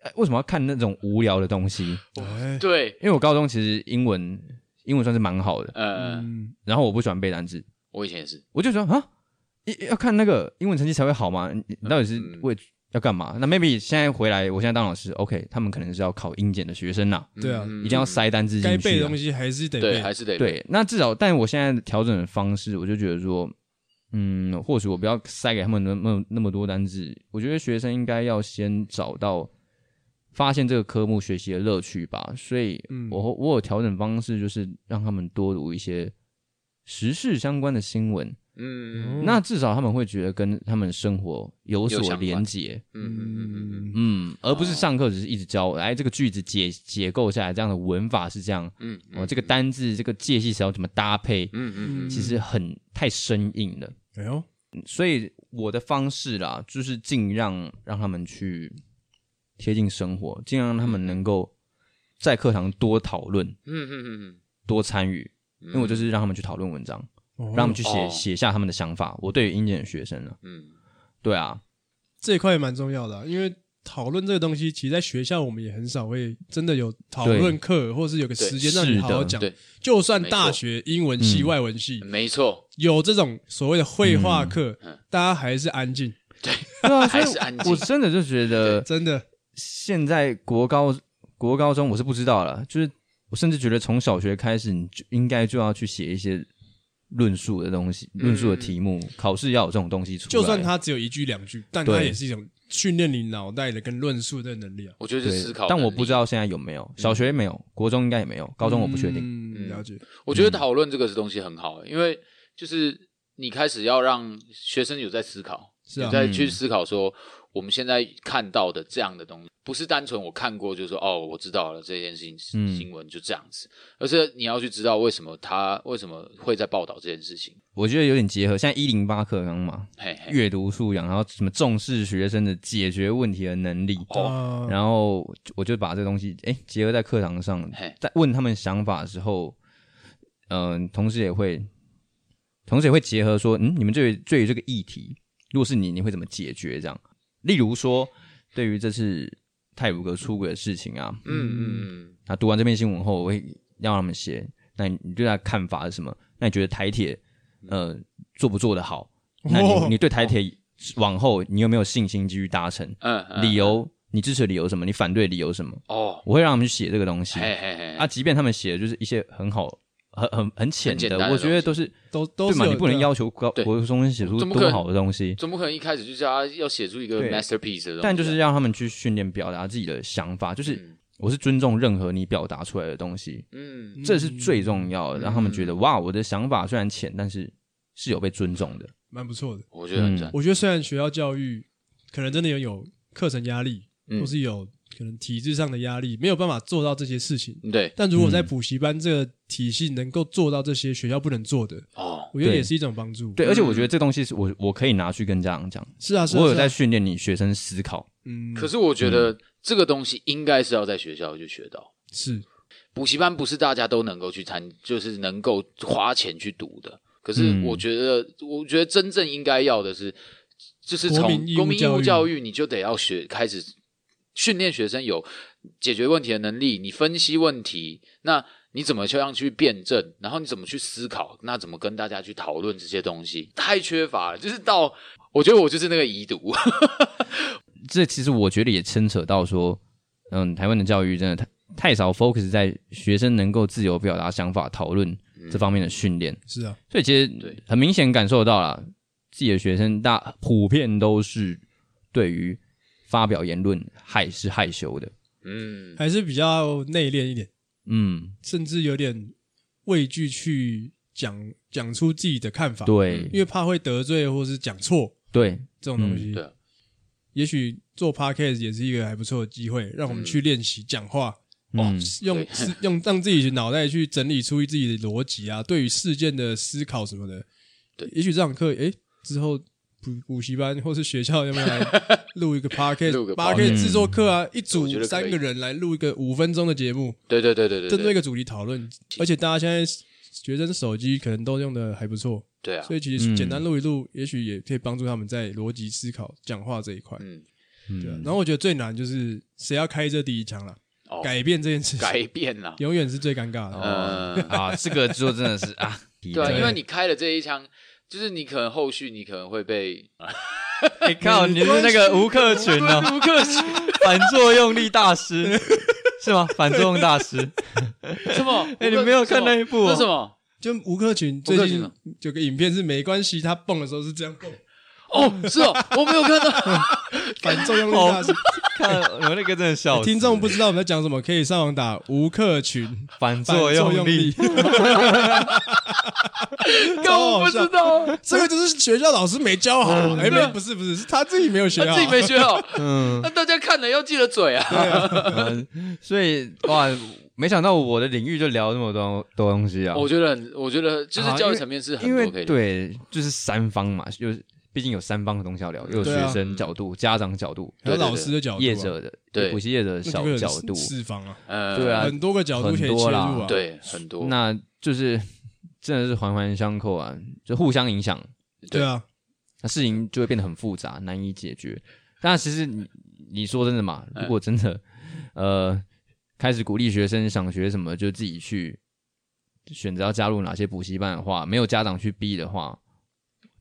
哎为什么要看那种无聊的东西？
哎，
对，
因为我高中其实英文英文算是蛮好的，
呃，
嗯，
然后我不喜欢背单字，
我以前也是，
我就说啊，一要看那个英文成绩才会好吗？你你到底是
嗯
为要干嘛？那 maybe 现在回来，我现在当老师，OK，他们可能是要考英检的学生啦，
对啊
嗯
一定要，塞单字进去啊。
该背的东西还是得
对，
背，嗯
还是得，
对，那至少，但我现在调整的方式，我就觉得说，嗯，或许我不要塞给他们那么那么多单字。我觉得学生应该要先找到发现这个科目学习的乐趣吧。所以
嗯
我，我有调整方式，就是让他们多读一些时事相关的新闻，
嗯，嗯
那至少他们会觉得跟他们生活有
有
所
相关
连结。
嗯嗯嗯嗯
嗯，而不是上课只是一直教，哎，这个句子解解构下来，这样的文法是这样，
嗯嗯，
哦，这个单字这个介系词要怎么搭配，
嗯嗯嗯，
其实很太生硬了。
哎呦，
所以我的方式啦，就是尽量让他们去贴近生活，尽量让他们能够在课堂多讨论、
嗯嗯嗯嗯，
多参与。
因
因为我就是让他们去讨论文章，
哦
让他们去写
哦
写下他们的想法。我对于英检的学生呢，
嗯 *laughs*
对啊，
这一块也蛮重要的啊，因为讨论这个东西，其实在学校我们也很少会真的有讨论课，或是有个时间让你好好讲
是的对。
就算大学英文系、
嗯
外文系
没错，
有这种所谓的绘画课
嗯嗯，
大家还是安静，
对啊，所
还
以
是安静
我真的就觉
嗯
得
真的。
现在国高国高中我是不知道了，就是我甚至觉得从小学开始，你就应该就要去写一些论述的东西，论述的题目，考试要有这种东西出来。
就算它只有一句两句，但它
对
也是一种训练你脑袋的跟论述的能力啊。
我觉得
对
是思考，
但我不知。道现在有没有，小学没有，国中应该也没有，高中我不确定。
嗯，了解。
我觉得讨论这个东西很好，欸因为就是你开始要让学生有在思考，
是啊
有
嗯
在去思考说我们现在看到的这样的东西，不是单纯我看过就说哦我知道了这件事情
嗯
新闻就这样子，而是你要去知道为什么他为什么会在报道这件事情。
我觉得有点结合，现在一零八课纲嘛，
嘿嘿，
阅读素养，然后什么重视学生的解决问题的能力。
哦，
啊，
然后我就把这东西哎结合在课堂上
嘿，
在问他们想法的时候，嗯、同时也会，同时也会结合说，嗯，你们对于对于这个议题，如果是你，你会怎么解决？这样，例如说，对于这次泰鲁格出轨的事情啊，
嗯嗯
那读完这篇新闻后，我会让他们写，那你对他看法是什么？那你觉得台铁呃做不做得好？那你
哦
你对台铁往后你有没有信心继续达成？
嗯，嗯
理由你支持的理由是什么？你反对的理由是什么？
哦，
我会让他们去写这个东西
嘿嘿嘿，
啊，即便他们写的就是一些很好、很很很浅
很简单的
的，我觉得
东
都是
都都
对
是
嘛，
有
你不能
对啊
要求高
对
国中生写出
怎么可
多
能
好的东西，
总不可能一开始就叫他要写出一个
对
masterpiece 的东西啊，
但就是让他们去训练表达自己的想法，就是
嗯
我是尊重任何你表达出来的东西，
嗯，
这是最重要的，让他们觉得
嗯
哇，我的想法虽然浅，但是是有被尊重的。
蛮不错的。
我觉得很赞，
我觉得虽然学校教育可能真的有有课程压力，
嗯
或是有可能体制上的压力，没有办法做到这些事情。
嗯对
但如果
嗯
在补习班这个体系能够做到这些学校不能做的，
哦，
我觉得
对
也是一种帮助。
对，而且我觉得这东西是我我可以拿去跟家长讲，
是嗯啊，是啊，
我有
是啊
在训练你学生思考。
嗯，
可是我觉得这个东西应该是要在学校就学到。
是
补习班不是大家都能够去参，就是能够花钱去读的。可是
嗯
我觉得，我觉得真正应该要的是，就是从
国
国
民义务
民义
教
务
育
教育，你就得要学开始训练学生有解决问题的能力，你分析问题，那你怎么去让去辩证，然后你怎么去思考，那怎么跟大家去讨论这些东西，太缺乏了。就是到我觉得我就是那个遗毒， *laughs*
这其实我觉得也牵扯到说，嗯，台湾的教育真的太太少 focus 在学生能够自由表达想法、讨论这方面的训练，
是啊，
所以其
对
实很明显感受到了自己的学生大普遍都是对于发表言论害是害羞的，
嗯，
还是比较内敛一点，
嗯，
甚至有点畏惧去讲讲出自己的看法，
对
因为怕会得罪或是讲错
对，
这种东西。
对啊，
也许做 podcast 也是一个还不错的机会，让我们去练习讲话，哦
嗯，
用
对
思用让自己的脑袋去整理出自己的逻辑啊，对于事件的思考什么的。
对
也许这堂课，诶，之后补补习班或是学校要不要来录
*laughs*
一个 podcast
录个
podcast
嗯
制作课啊？一
我
组
觉得可以
三个人来录一个五分钟的节目，
对对对对对，
针对一个主题讨论。而且大家现在学生手机可能都用的还不错，
对啊，
所以其实
嗯
简单录一录，也许也可以帮助他们在逻辑思考、讲话这一块。
嗯，
对啊，然后我觉得最难就是谁要开这第一枪了，
哦，
改变这件事情，
改变
*laughs*
了，
永远是最尴尬的。
哦
嗯
啊，这个就真的是啊，
对啊，
对
因为你开了这一枪，就是你可能后续你可能会被
你哎靠，你是那个吴克群哦，吴克群 *laughs* 反作用力大师是吗？反作用大师，
什么？
哎你没有看那一部哦
是什么？
就吴克群
吴
最
克群
近有个影片是没关系，他蹦的时候是这样
*laughs*
蹦，
哦，是哦，我没有看
*laughs*
到。
反作用力大师。
看我那个真的笑死。
听众不知道我们在讲什么，可以上网打吴克群
反
反
作
作
用
用力
力，，
我不知道，
*laughs* 这个就是学校老师没教好啊。哎，没，不是不是，是他自己没有学
嗯他
好
啊自己。没学好。
*laughs* 嗯，
*laughs* 那大家看了要记得嘴
*laughs*
啊。
呃所以哇，没想到我的领域就聊那么多多东西啊。
我觉得很，我觉得就是
啊
教
因
育
为
层面是很
因为
多可以聊。
对，就是三方嘛，就是毕竟有三方的东西要聊，又有
对啊
学生角度、家长角度、
还有老师的角度啊，
业者的
对
补习业者的
那
小
就会有
角度，
四方啊，
呃，
对啊
很多个角度可以切
很
入
多啦
啊。，
对，很多。
那就是真的是环环相扣啊，就互相影响，
对啊，
那事情就会变得很复杂，难以解决。但其实你你说真的嘛，
嗯
如果真的、呃开始鼓励学生想学什么就自己去选择要加入哪些补习班的话，没有家长去逼的话，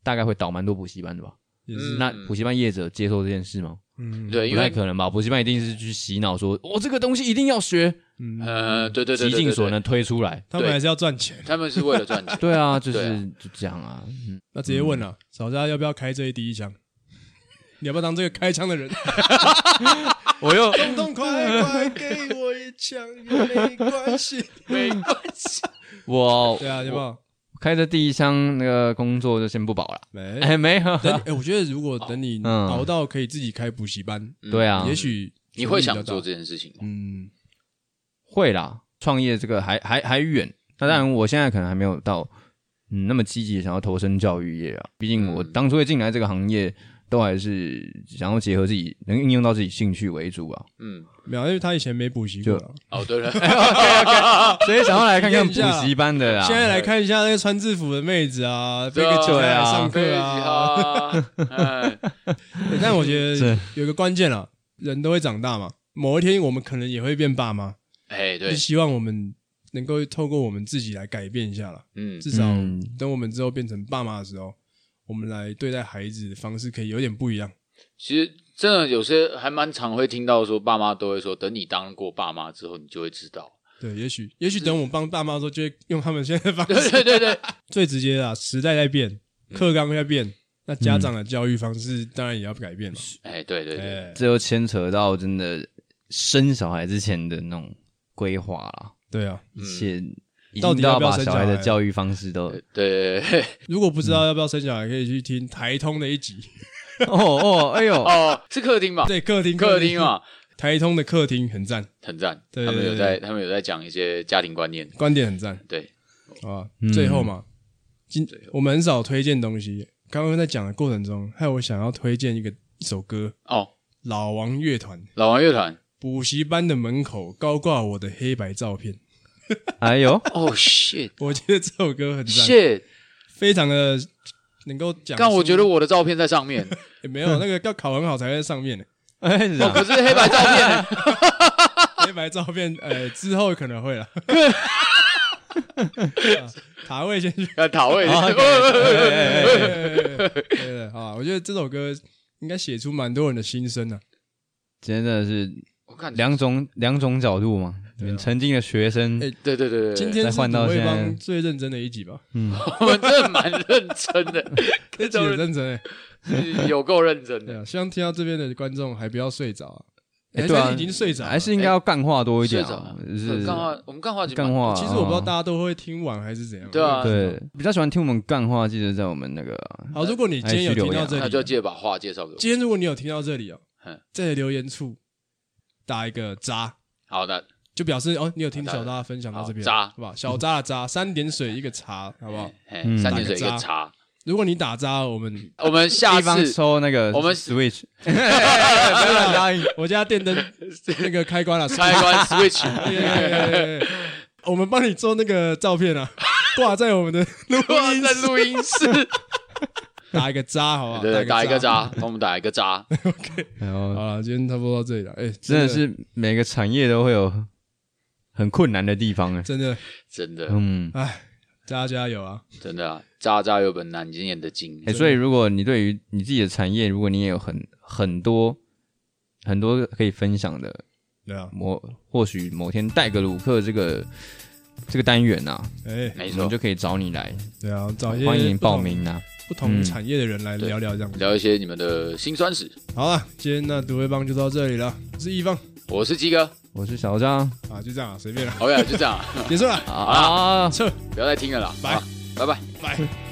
大概会倒蛮多补习班的吧？
也是
嗯
那补习班业者接受这件事吗？
嗯，
对，因
不太
为
可能吧？补习班一定是去洗脑说，哦，这个东西一定要学，
嗯，
呃，对对对，
极
对
尽所。
对对
能推出来。。
他们还是要赚钱。
他们是为了赚钱
*laughs* 对啊，就是、
对啊
就这样啊。嗯
那直接问了，小佳要不要开这一第一枪？你要不要当这个开枪的人？
我又
动动快快给我一枪，没关系。
没关系，
我
*laughs* 对啊，要不要？
开的第一箱那个工作就先不保了。 *laughs*
没
哎，没有，
等你，哎，我觉得如果等你
嗯
熬到可以自己开补习班，
对啊，
也许
你会想
比较大
做这件事情吗？
嗯，
会啦。创业这个还还还远，那当然我现在可能还没有到嗯那么积极地想要投身教育业啊。毕竟我
嗯
当初会进来这个行业，都还是想要结合自己能应用到自己兴趣为主啊。 *laughs*
嗯，
没有，因为他以前没补习过啊，
哦，对了，
所以想要来看看
体验一
补
下
习班的啦。
啊现在来看一下那些穿制服的妹子啊，背
对
个
啊
吉
对
来
啊
上
*laughs* 对
课啊。
啊，哎，
对但我觉得
是
有个关键啊，人都会长大嘛，某一天我们可能也会变爸妈，
哎，
就
*laughs*
对，
希望我们能够透过我们自己来改变一下啦。
嗯，
至少
嗯
等我们之后变成爸妈的时候，我们来对待孩子的方式可以有点不一样。
其实真的有些还蛮常会听到说，爸妈都会说，等你当过爸妈之后，你就会知
*laughs*
道。
对，也许也许等我们帮爸妈的时候，就会用他们现在的方式。
对对对对，
*laughs* 最直接的、啊，时代在变，
嗯
课纲在变，那家
嗯
长的教育方式当然也要改变嘛。
哎，对对对，
哎，
这又牵扯到真的生小孩之前的那种规划啦，
对啊，
一切一
到
定
底
都
要
要
不要
把
生
小孩
小
的
孩
教育方式都
对对对
如果不知道要不要生小孩，可以去听台通的一集，
嗯
哦哦，哎呦，
哦，是客厅吧？
对，客厅
客厅
啊， *laughs*
嘛，
台通的客厅很赞，
很赞。他
对
们有
对
在，他们有在讲一些家庭观念。
观点很赞。
对，
啊
嗯，
最后嘛，今我们很少推荐东西。刚刚在讲的过程中，还有我想要推荐一个一首歌，
哦，
老王乐团《
老王乐团，
补习班的门口高挂我的黑白照片》，
哎呦，
*laughs*
哦 shit
我觉得这首歌很赞，
shit，
非常的能够讲述。
但我觉得我的照片在上面， *laughs*
也没有那个要考很好才会在上面呢。
哎，是
哦，
啊
可是黑白照
*laughs*
片，
黑白照片，呃，之后可能会了。啊塔位先去
要讨位。
哦
*laughs*
好，OK，哎哎哎哎
对啊，我觉得这首歌应该写出蛮多人的心声啊。
今天真的是
我看，
两种两种角度嘛，你
对啊
们曾经的学生
哎，
对对对对，
今
对
天
再
是
换到
不会
现在
帮最认真的一集吧，
*laughs*
嗯
我们真的蛮认
*laughs*
真的，这 *laughs* 种
很
人
认真哎。
是有够认真
对
的。
啊，希望听到这边的观众还不要睡着啊，
哎
还
对啊
是已经睡着了，
还是应该要干话多一点
睡着
啊
了，
就是
干话，我们干话就
干话。
其实我不知道大家都会听完还是怎样。
对啊
对比较喜欢听我们干话，记得在我们那个
好，如果你今天有听到这
那就
里，
记得把话介绍给我。
今天如果你有听到这里哦
嗯，
在留言处打一个渣。
好的，
就表示哦，你有听小渣分享到这边，
好渣
好不好？小渣的渣， *laughs* 三点水一个茶，好不好？
哎
嗯，
三点水一个
打个
茶。
如果你打渣，我们
我们下
地方
次
抽那个
我们
Switch，哎哎哎不要乱答应
*laughs* 我家
*laughs*
电灯那个开关了，啊
开关
对
*laughs*
switch，
对对对对对 *laughs* 我们帮你做那个照片啊，挂在我们的录
哇
音
在
室，
录音室，
打一个渣， *laughs* 好不好？
对，打一个
渣。
渣，帮我们打一个渣。哎
然
好
后
了，今天差不多到这里了。哎，
哦真的是每个产业都会有很困难的地方哎，
真的，
真的，
嗯，
哎，大家加油啊！
真的啊，渣渣有本难念的经。
哎，所以如果你对于你自己的产业，如果你也有很很多很多可以分享的，
对啊，
某或许某天带个鲁克这个这个单元啊，
哎，
没
我们
错
就，可以找你来，
对啊，找一些
欢迎
不同
报名啊。
不同
嗯
产业的人来
对
聊聊这样子。
聊一些你们的辛酸史。
好了，今天那独位帮就到这里了，我是一方
我是鸡哥
我是小张
啊，就这样啊，随便了，
*laughs*
，OK，就这样啊，
结束了，
啊，
撤，
不要再听了啦，
拜
好，拜拜。
拜。